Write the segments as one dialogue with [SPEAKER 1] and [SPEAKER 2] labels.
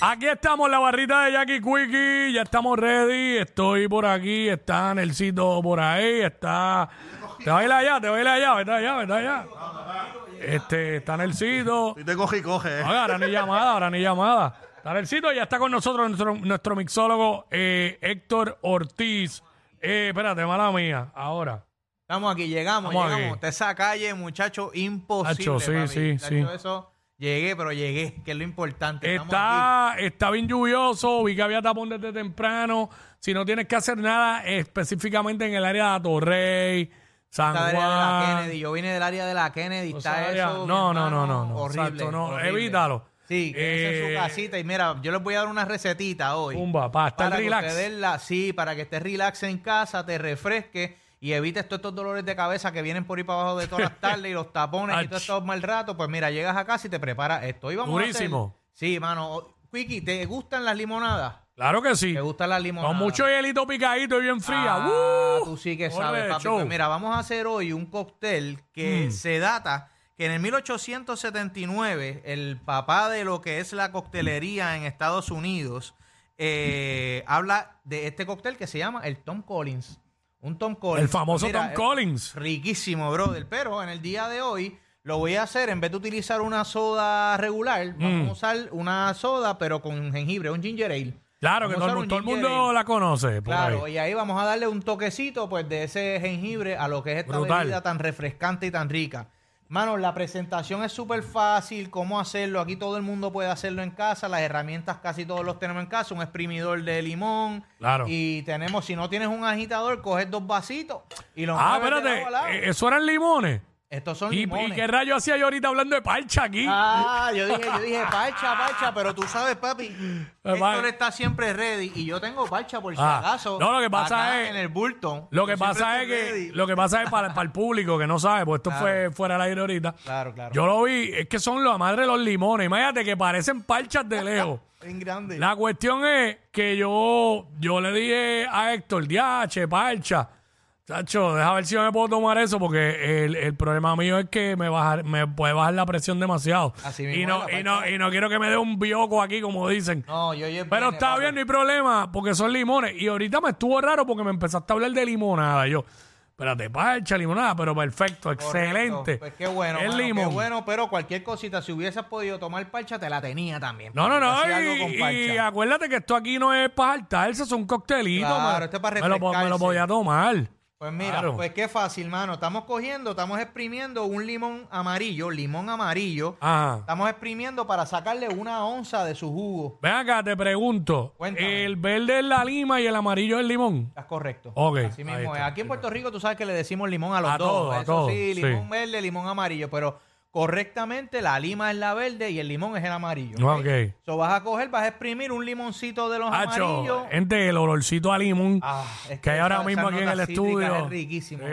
[SPEAKER 1] Aquí estamos, la barrita de Jackie Quickie. Ya estamos ready. Estoy por aquí. Está Nelsito por ahí. Está. Te baila allá, te baila allá. Vete allá, vete allá. Este, está Nelsito.
[SPEAKER 2] Y te coge y coge. eh.
[SPEAKER 1] Oiga, ahora ni llamada, ahora ni llamada. Está Nelsito. Ya está con nosotros nuestro, nuestro mixólogo eh, Héctor Ortiz. Eh, espérate, mala mía. Ahora.
[SPEAKER 3] Estamos aquí, llegamos,
[SPEAKER 1] Estamos
[SPEAKER 3] llegamos.
[SPEAKER 1] aquí.
[SPEAKER 3] Te esa calle, muchacho, imposible.
[SPEAKER 1] Tacho, sí,
[SPEAKER 3] papi.
[SPEAKER 1] sí,
[SPEAKER 3] Tacho,
[SPEAKER 1] sí.
[SPEAKER 3] eso, llegué, pero llegué, que es lo importante. Estamos aquí.
[SPEAKER 1] Está, está bien lluvioso, vi que había tapón desde temprano. Si no tienes que hacer nada específicamente en el área de Atorrey, San
[SPEAKER 3] Está del área de la
[SPEAKER 1] Juan.
[SPEAKER 3] Kennedy. Yo vine del área de la Kennedy.
[SPEAKER 1] o
[SPEAKER 3] Está
[SPEAKER 1] sea, área-
[SPEAKER 3] eso. mi
[SPEAKER 1] no, no, no,
[SPEAKER 3] hermano,
[SPEAKER 1] no, no,
[SPEAKER 3] Horrible,
[SPEAKER 1] exacto, no,
[SPEAKER 3] horrible.
[SPEAKER 1] evítalo.
[SPEAKER 3] Sí, quédense en
[SPEAKER 1] Eh,
[SPEAKER 3] su casita. Y mira, yo les voy a dar una recetita hoy.
[SPEAKER 1] Pumba, para estar
[SPEAKER 3] que
[SPEAKER 1] relax.
[SPEAKER 3] ustedes la- sí, para que estés relax en casa, te refresques y evites todos estos dolores de cabeza que vienen por ahí para abajo de todas las tardes y los tapones y
[SPEAKER 1] Ach.
[SPEAKER 3] todos estos mal rato. Pues mira, llegas a casa y te preparas esto. Hoy vamos
[SPEAKER 1] Durísimo.
[SPEAKER 3] A hacer- sí, mano. Quiki, ¿te gustan las limonadas?
[SPEAKER 1] Claro que sí.
[SPEAKER 3] ¿Te gustan las limonadas?
[SPEAKER 1] Con mucho hielito picadito y bien fría.
[SPEAKER 3] Ah,
[SPEAKER 1] ¡Uh!
[SPEAKER 3] tú sí que
[SPEAKER 1] Ole,
[SPEAKER 3] sabes, papi.
[SPEAKER 1] show. Mm.
[SPEAKER 3] Pues mira, vamos a hacer hoy un cóctel que se data que en el 1879 el papá de lo que es la coctelería en Estados Unidos eh, habla de este cóctel que se llama el Tom Collins. Un Tom Collins.
[SPEAKER 1] el famoso
[SPEAKER 3] Mira,
[SPEAKER 1] Tom
[SPEAKER 3] eh,
[SPEAKER 1] Collins.
[SPEAKER 3] Riquísimo, brother. Pero en el día de hoy lo voy a hacer, en vez de utilizar una soda regular,
[SPEAKER 1] Mm.
[SPEAKER 3] vamos a usar una soda pero con jengibre, un ginger ale.
[SPEAKER 1] Claro que todo
[SPEAKER 3] Vamos
[SPEAKER 1] el, mu-
[SPEAKER 3] a usar un
[SPEAKER 1] todo el
[SPEAKER 3] ginger
[SPEAKER 1] mundo
[SPEAKER 3] ale.
[SPEAKER 1] la conoce. por
[SPEAKER 3] Claro,
[SPEAKER 1] ahí.
[SPEAKER 3] y ahí vamos a darle un toquecito pues de ese jengibre a lo que es esta
[SPEAKER 1] Brutal.
[SPEAKER 3] bebida tan refrescante y tan rica. Mano, la presentación es súper fácil, cómo hacerlo. Aquí todo el mundo puede hacerlo en casa, las herramientas casi todos los tenemos en casa, un exprimidor de limón.
[SPEAKER 1] Claro.
[SPEAKER 3] Y tenemos, si no tienes un agitador, coges dos vasitos y los
[SPEAKER 1] Ah,
[SPEAKER 3] mueves de lado a lado.
[SPEAKER 1] espérate. eh, Eso eran limones.
[SPEAKER 3] Estos son
[SPEAKER 1] ¿Y,
[SPEAKER 3] limones.
[SPEAKER 1] ¿Y qué rayo hacía yo ahorita hablando de parcha aquí?
[SPEAKER 3] Ah, yo dije, yo dije, parcha, parcha, pero tú sabes, papi, Héctor está siempre ready y yo tengo parcha por si
[SPEAKER 1] Ah,
[SPEAKER 3] acaso.
[SPEAKER 1] no, lo que pasa
[SPEAKER 3] acá
[SPEAKER 1] es-
[SPEAKER 3] en el bulto.
[SPEAKER 1] Lo que
[SPEAKER 3] Yo siempre
[SPEAKER 1] pasa es
[SPEAKER 3] estoy
[SPEAKER 1] que,
[SPEAKER 3] ready.
[SPEAKER 1] lo que pasa es para, para el público que no sabe, pues esto
[SPEAKER 3] Claro.
[SPEAKER 1] fue fuera del aire ahorita.
[SPEAKER 3] Claro, claro.
[SPEAKER 1] Yo lo vi, es que son la madre de los limones. Imagínate que parecen parchas de lejos.
[SPEAKER 3] En grande.
[SPEAKER 1] la cuestión es que yo, yo le dije a Héctor, diache, parcha. Chacho, deja ver si yo me puedo tomar eso, porque el, el problema mío es que me, bajar, me puede bajar la presión demasiado.
[SPEAKER 3] Así mismo
[SPEAKER 1] y,
[SPEAKER 3] es
[SPEAKER 1] no,
[SPEAKER 3] la
[SPEAKER 1] y, no,
[SPEAKER 3] parcha.
[SPEAKER 1] y no quiero que me dé un bioco aquí, como dicen.
[SPEAKER 3] No, yo yo-
[SPEAKER 1] Pero
[SPEAKER 3] viene,
[SPEAKER 1] está
[SPEAKER 3] papi.
[SPEAKER 1] bien, no hay problema, porque son limones. Y ahorita me estuvo raro porque me empezaste a hablar de limonada. Yo, espérate, parcha, limonada, pero perfecto,
[SPEAKER 3] Correcto.
[SPEAKER 1] excelente.
[SPEAKER 3] Pues qué bueno,
[SPEAKER 1] El
[SPEAKER 3] mano, qué
[SPEAKER 1] limón.
[SPEAKER 3] bueno, pero cualquier cosita, si hubieses podido tomar parcha, te la tenía también.
[SPEAKER 1] No, no,
[SPEAKER 3] papi,
[SPEAKER 1] no.
[SPEAKER 3] que hacía algo
[SPEAKER 1] Y,
[SPEAKER 3] con parcha.
[SPEAKER 1] y acuérdate que esto aquí no es para saltarse, es un coctelito.
[SPEAKER 3] Claro,
[SPEAKER 1] me-
[SPEAKER 3] esto es para
[SPEAKER 1] me lo, po- me lo
[SPEAKER 3] refrescarse.
[SPEAKER 1] podía tomar.
[SPEAKER 3] Pues mira,
[SPEAKER 1] Claro.
[SPEAKER 3] pues qué fácil, mano. Estamos cogiendo, estamos exprimiendo un limón amarillo, limón amarillo.
[SPEAKER 1] Ajá.
[SPEAKER 3] Estamos exprimiendo para sacarle una onza de su jugo.
[SPEAKER 1] Ven acá, te pregunto.
[SPEAKER 3] Cuéntame.
[SPEAKER 1] El verde es la lima y el amarillo es el limón.
[SPEAKER 3] Estás correcto.
[SPEAKER 1] Ok,
[SPEAKER 3] Así
[SPEAKER 1] ahí
[SPEAKER 3] mismo. es.
[SPEAKER 1] está.
[SPEAKER 3] Aquí en Puerto Rico tú sabes que le decimos limón a los
[SPEAKER 1] A
[SPEAKER 3] dos.
[SPEAKER 1] todo, a
[SPEAKER 3] Eso
[SPEAKER 1] todo,
[SPEAKER 3] sí,
[SPEAKER 1] sí.
[SPEAKER 3] limón verde, limón amarillo. Pero correctamente la lima es la verde y el limón es el amarillo. ¿ok?
[SPEAKER 1] Ok.
[SPEAKER 3] So, vas a coger, vas a exprimir un limoncito de los amarillos.
[SPEAKER 1] Hacho, gente, el olorcito a limón
[SPEAKER 3] Ah, es
[SPEAKER 1] que hay ahora
[SPEAKER 3] esa-
[SPEAKER 1] mismo
[SPEAKER 3] esas
[SPEAKER 1] aquí en el
[SPEAKER 3] notas cítricas
[SPEAKER 1] estudio.
[SPEAKER 3] Es riquísimo.
[SPEAKER 1] Sí,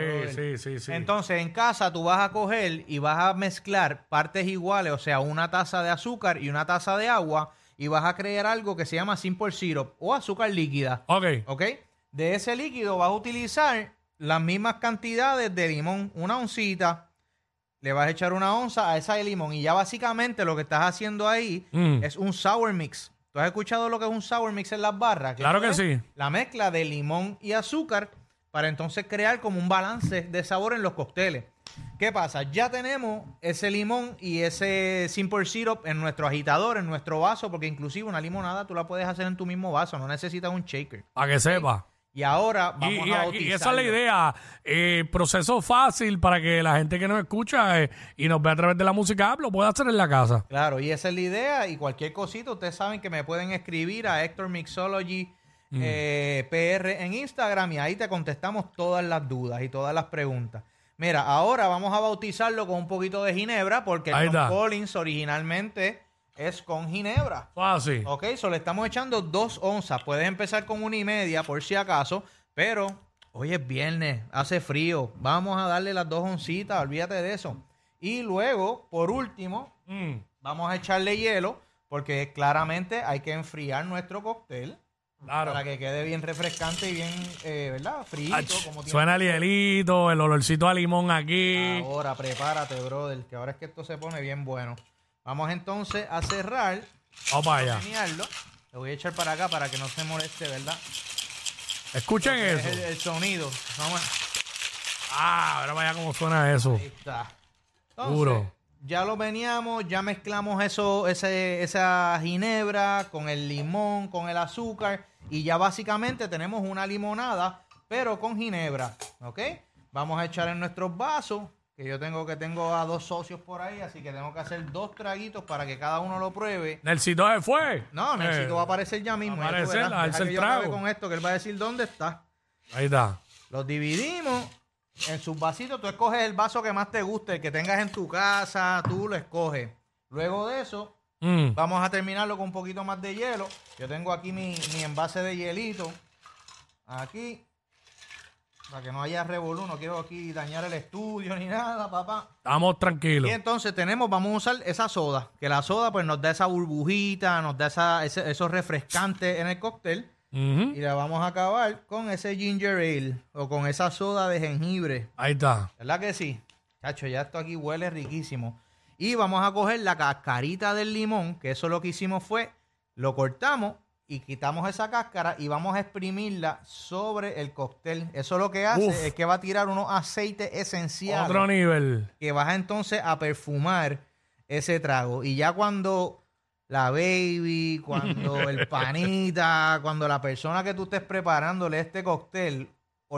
[SPEAKER 1] sí,
[SPEAKER 3] brother.
[SPEAKER 1] sí, sí.
[SPEAKER 3] Entonces, en casa tú vas a coger y vas a mezclar partes iguales, o sea, una taza de azúcar y una taza de agua, y vas a crear algo que se llama simple syrup o azúcar líquida.
[SPEAKER 1] ok.
[SPEAKER 3] ¿Ok? De ese líquido vas a utilizar las mismas cantidades de limón, una oncita. Le vas a echar una onza a esa de limón. Y ya básicamente lo que estás haciendo ahí
[SPEAKER 1] Mm.
[SPEAKER 3] es un sour mix. ¿Tú has escuchado lo que es un sour mix en las barras?
[SPEAKER 1] Claro
[SPEAKER 3] eso
[SPEAKER 1] que
[SPEAKER 3] es
[SPEAKER 1] sí.
[SPEAKER 3] La mezcla de limón y azúcar para entonces crear como un balance de sabor en los cócteles. ¿Qué pasa? Ya tenemos ese limón y ese simple syrup en nuestro agitador, en nuestro vaso, porque inclusive una limonada tú la puedes hacer en tu mismo vaso, no necesitas un shaker.
[SPEAKER 1] Para que sepa.
[SPEAKER 3] Y ahora vamos
[SPEAKER 1] Y,
[SPEAKER 3] a
[SPEAKER 1] y aquí-
[SPEAKER 3] bautizarlo.
[SPEAKER 1] esa es la idea. Eh, proceso fácil para que la gente que nos escucha eh, y nos ve a través de la música app lo pueda hacer en la casa.
[SPEAKER 3] Claro, y esa es la idea. Y cualquier cosita, ustedes saben que me pueden escribir a Hector Mixology
[SPEAKER 1] Mm.
[SPEAKER 3] eh, PR en Instagram y ahí te contestamos todas las dudas y todas las preguntas. Mira, ahora vamos a bautizarlo con un poquito de ginebra porque
[SPEAKER 1] Ahí
[SPEAKER 3] el Tom
[SPEAKER 1] está.
[SPEAKER 3] Collins originalmente es con ginebra.
[SPEAKER 1] Fácil.
[SPEAKER 3] Ok, solo le estamos echando dos onzas. Puedes empezar con una y media por si acaso, pero hoy es viernes, hace frío. Vamos a darle las dos oncitas, olvídate de eso. Y luego, por último,
[SPEAKER 1] Mm.
[SPEAKER 3] vamos a echarle hielo porque claramente hay que enfriar nuestro cóctel
[SPEAKER 1] Claro.
[SPEAKER 3] para que quede bien refrescante y bien, eh, ¿verdad? Frío.
[SPEAKER 1] Ach, suena el hielito, el olorcito a limón aquí.
[SPEAKER 3] Ahora prepárate, brother, que ahora es que esto se pone bien bueno. Vamos entonces a cerrar,
[SPEAKER 1] Vamos para allá.
[SPEAKER 3] alinearlo. Lo voy a echar para acá para que no se moleste, ¿verdad?
[SPEAKER 1] Escuchen
[SPEAKER 3] Es el,
[SPEAKER 1] eso.
[SPEAKER 3] el sonido. Vamos,
[SPEAKER 1] Ah, ahora vaya cómo suena eso.
[SPEAKER 3] ahí está.
[SPEAKER 1] Oh. Duro.
[SPEAKER 3] Ya lo veníamos, ya mezclamos eso, ese- esa ginebra con el limón, con el azúcar y ya básicamente tenemos una limonada, pero con ginebra, ¿ok? Vamos a echar en nuestros vasos, que yo tengo que tengo a dos socios por ahí, así que tengo que hacer dos traguitos para que cada uno lo pruebe.
[SPEAKER 1] Nelsito se fue.
[SPEAKER 3] No, Nelsito
[SPEAKER 1] Eh,
[SPEAKER 3] va a aparecer ya mismo.
[SPEAKER 1] va a
[SPEAKER 3] ya tú
[SPEAKER 1] aparecer,
[SPEAKER 3] verás.
[SPEAKER 1] alza
[SPEAKER 3] Deja
[SPEAKER 1] el
[SPEAKER 3] que yo acabe
[SPEAKER 1] trago.
[SPEAKER 3] con esto, que él va a decir dónde está.
[SPEAKER 1] Eh, Ahí está.
[SPEAKER 3] Los dividimos en sus vasitos. Tú escoges el vaso que más te guste, el que tengas en tu casa, tú lo escoges. Luego de eso,
[SPEAKER 1] Mm.
[SPEAKER 3] vamos a terminarlo con un poquito más de hielo. Yo tengo aquí mi, mi envase de hielito. Aquí. Para que no haya revolú, no quiero aquí dañar el estudio ni nada, papá.
[SPEAKER 1] Estamos tranquilos.
[SPEAKER 3] Y entonces tenemos, vamos a usar esa soda, que la soda pues nos da esa burbujita, nos da esa, ese- esos refrescantes en el cóctel.
[SPEAKER 1] Ujú.
[SPEAKER 3] Y la vamos a acabar con ese ginger ale o con esa soda de jengibre.
[SPEAKER 1] Ahí está.
[SPEAKER 3] ¿Verdad que sí? Chacho, ya esto aquí huele riquísimo. Y vamos a coger la cascarita del limón, que eso lo que hicimos fue, lo cortamos y quitamos esa cáscara y vamos a exprimirla sobre el cóctel. Eso lo que hace
[SPEAKER 1] Uf.
[SPEAKER 3] es que va a tirar unos aceites esenciales
[SPEAKER 1] Otro nivel.
[SPEAKER 3] que vas entonces a perfumar ese trago. Y ya cuando la baby, cuando el panita, cuando la persona que tú estés preparándole este cóctel,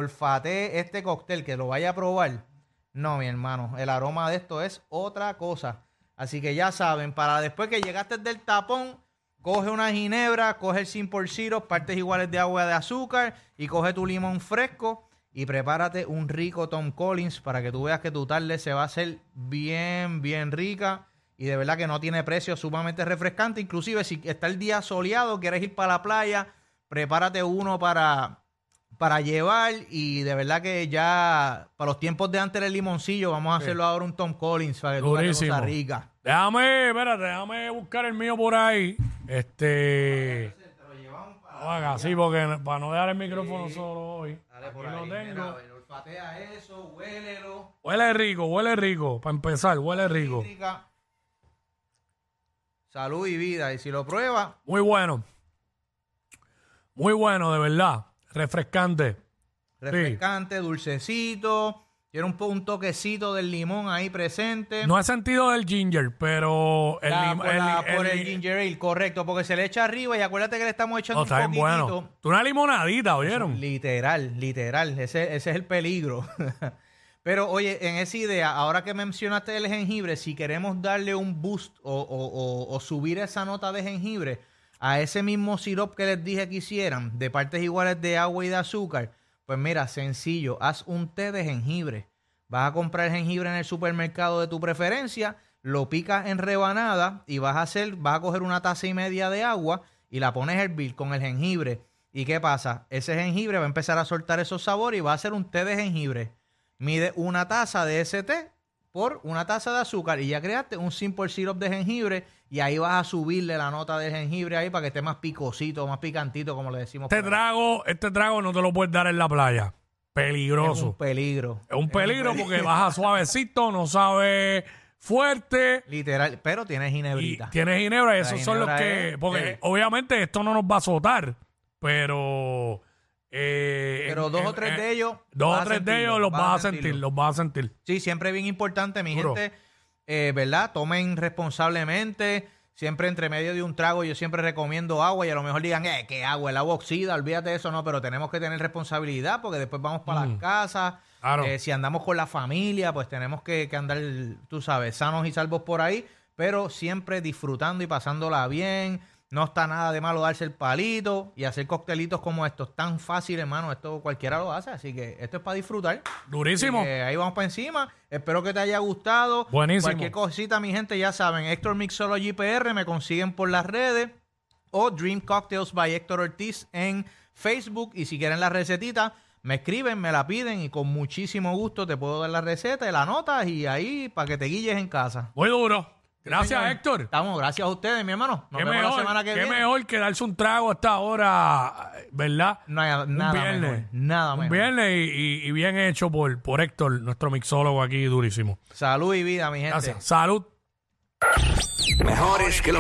[SPEAKER 3] olfatee este cóctel, que lo vaya a probar. No, mi hermano, el aroma de esto es otra cosa. Así que ya saben, para después que llegaste del tapón, coge una ginebra, coge el sin por syrup, partes iguales de agua de azúcar y coge tu limón fresco y prepárate un rico Tom Collins para que tú veas que tu tarde se va a hacer bien, bien rica y de verdad que no tiene precio, sumamente refrescante. Inclusive si está el día soleado, quieres ir para la playa, prepárate uno para para llevar y de verdad que ya para los tiempos de antes del limoncillo vamos a hacerlo ahora un Tom Collins para que tú veas que
[SPEAKER 1] Durísimo.
[SPEAKER 3] cosa rica.
[SPEAKER 1] Déjame, espérate, déjame buscar el mío por ahí. Este. No haga así, porque no- para no dejar el micrófono solo hoy. Aquí lo tengo.
[SPEAKER 3] olfatea eso, huélelo.
[SPEAKER 1] Huele rico, huele rico. Para empezar, huele rico.
[SPEAKER 3] Rica. Salud y vida. Y si lo prueba,
[SPEAKER 1] Muy bueno. Muy bueno, de verdad. Refrescante.
[SPEAKER 3] refrescante, dulcecito. Tiene un, po- un toquecito del limón ahí presente.
[SPEAKER 1] No he sentido del ginger, pero el
[SPEAKER 3] La-
[SPEAKER 1] lim-
[SPEAKER 3] por, la-
[SPEAKER 1] el-
[SPEAKER 3] por
[SPEAKER 1] el-
[SPEAKER 3] el ginger ale, correcto, porque se le echa arriba y acuérdate que le estamos echando
[SPEAKER 1] No,
[SPEAKER 3] un
[SPEAKER 1] Oh, está bien
[SPEAKER 3] poquitito.
[SPEAKER 1] bueno. Tú una limonadita, ¿oyeron?
[SPEAKER 3] Literal, literal. Ese, ese es el peligro. Pero oye, en esa idea, ahora que mencionaste el jengibre, si queremos darle un boost o, o- o- o subir esa nota de jengibre a ese mismo sirop que les dije que hicieran, de partes iguales de agua y de azúcar, pues mira, sencillo, haz un té de jengibre. Vas a comprar jengibre en el supermercado de tu preferencia, lo picas en rebanada y vas a hacer, vas a coger una taza y media de agua y la pones a hervir con el jengibre. ¿Y qué pasa? Ese jengibre va a empezar a soltar esos sabores y va a hacer un té de jengibre. Mide una taza de ese té por una taza de azúcar y ya creaste un simple syrup de jengibre y ahí vas a subirle la nota de jengibre ahí para que esté más picosito, más picantito, como le decimos.
[SPEAKER 1] Este
[SPEAKER 3] por ahí.
[SPEAKER 1] trago, este trago no te lo puedes dar en la playa.
[SPEAKER 3] es un
[SPEAKER 1] Peligroso.
[SPEAKER 3] peligro.
[SPEAKER 1] Es un peligro porque baja suavecito, no sabe fuerte.
[SPEAKER 3] Literal, pero tiene
[SPEAKER 1] Y
[SPEAKER 3] ginebrita.
[SPEAKER 1] tiene ginebra, y esos son los
[SPEAKER 3] ginebra
[SPEAKER 1] que.
[SPEAKER 3] es-
[SPEAKER 1] porque
[SPEAKER 3] es.
[SPEAKER 1] obviamente esto no nos va a azotar, pero. eh,
[SPEAKER 3] Pero
[SPEAKER 1] en-
[SPEAKER 3] dos
[SPEAKER 1] en-
[SPEAKER 3] o tres
[SPEAKER 1] en-
[SPEAKER 3] de ellos.
[SPEAKER 1] Dos
[SPEAKER 3] vas
[SPEAKER 1] o
[SPEAKER 3] a
[SPEAKER 1] tres de
[SPEAKER 3] sentirlo,
[SPEAKER 1] ellos los vas a sentir,
[SPEAKER 3] sentirlo.
[SPEAKER 1] los vas a sentir.
[SPEAKER 3] Sí, siempre es bien importante, mi
[SPEAKER 1] Duro.
[SPEAKER 3] gente, eh, ¿verdad? Tomen responsablemente. Siempre entre medio de un trago yo siempre recomiendo agua y a lo mejor digan, eh, ¿qué agua? El agua oxida, olvídate de eso, no, pero tenemos que tener responsabilidad porque después vamos para
[SPEAKER 1] Mm.
[SPEAKER 3] las casas.
[SPEAKER 1] Claro.
[SPEAKER 3] Eh, si andamos con la familia, pues tenemos que, que andar, tú sabes, sanos y salvos por ahí, pero siempre disfrutando y pasándola bien. No está nada de malo darse el palito y hacer coctelitos como estos tan fácil, hermano. Esto cualquiera lo hace, así que esto es para disfrutar. Así
[SPEAKER 1] Durísimo.
[SPEAKER 3] que ahí vamos para encima. Espero que te haya gustado.
[SPEAKER 1] Buenísimo.
[SPEAKER 3] Cualquier cosita, mi gente, ya saben. Héctor Mixology PR me consiguen por las redes o Dream Cocktails by Héctor Ortiz en Facebook. Y si quieren la recetita, me escriben, me la piden y con muchísimo gusto te puedo dar la receta y la notas y ahí para que te guilles en casa.
[SPEAKER 1] Muy duro. Gracias,
[SPEAKER 3] Señor,
[SPEAKER 1] Héctor.
[SPEAKER 3] Estamos, gracias a ustedes, mi hermano. Nos
[SPEAKER 1] Qué
[SPEAKER 3] vemos la
[SPEAKER 1] mejor,
[SPEAKER 3] semana que
[SPEAKER 1] qué
[SPEAKER 3] viene.
[SPEAKER 1] mejor que darse un trago hasta ahora, ¿verdad?
[SPEAKER 3] No hay nada
[SPEAKER 1] viernes.
[SPEAKER 3] mejor. Nada
[SPEAKER 1] Un
[SPEAKER 3] mejor.
[SPEAKER 1] viernes y, y- y bien hecho por, por Héctor, nuestro mixólogo aquí, durísimo.
[SPEAKER 3] Salud y vida, mi gente.
[SPEAKER 1] Gracias. Salud.
[SPEAKER 2] Mejores que los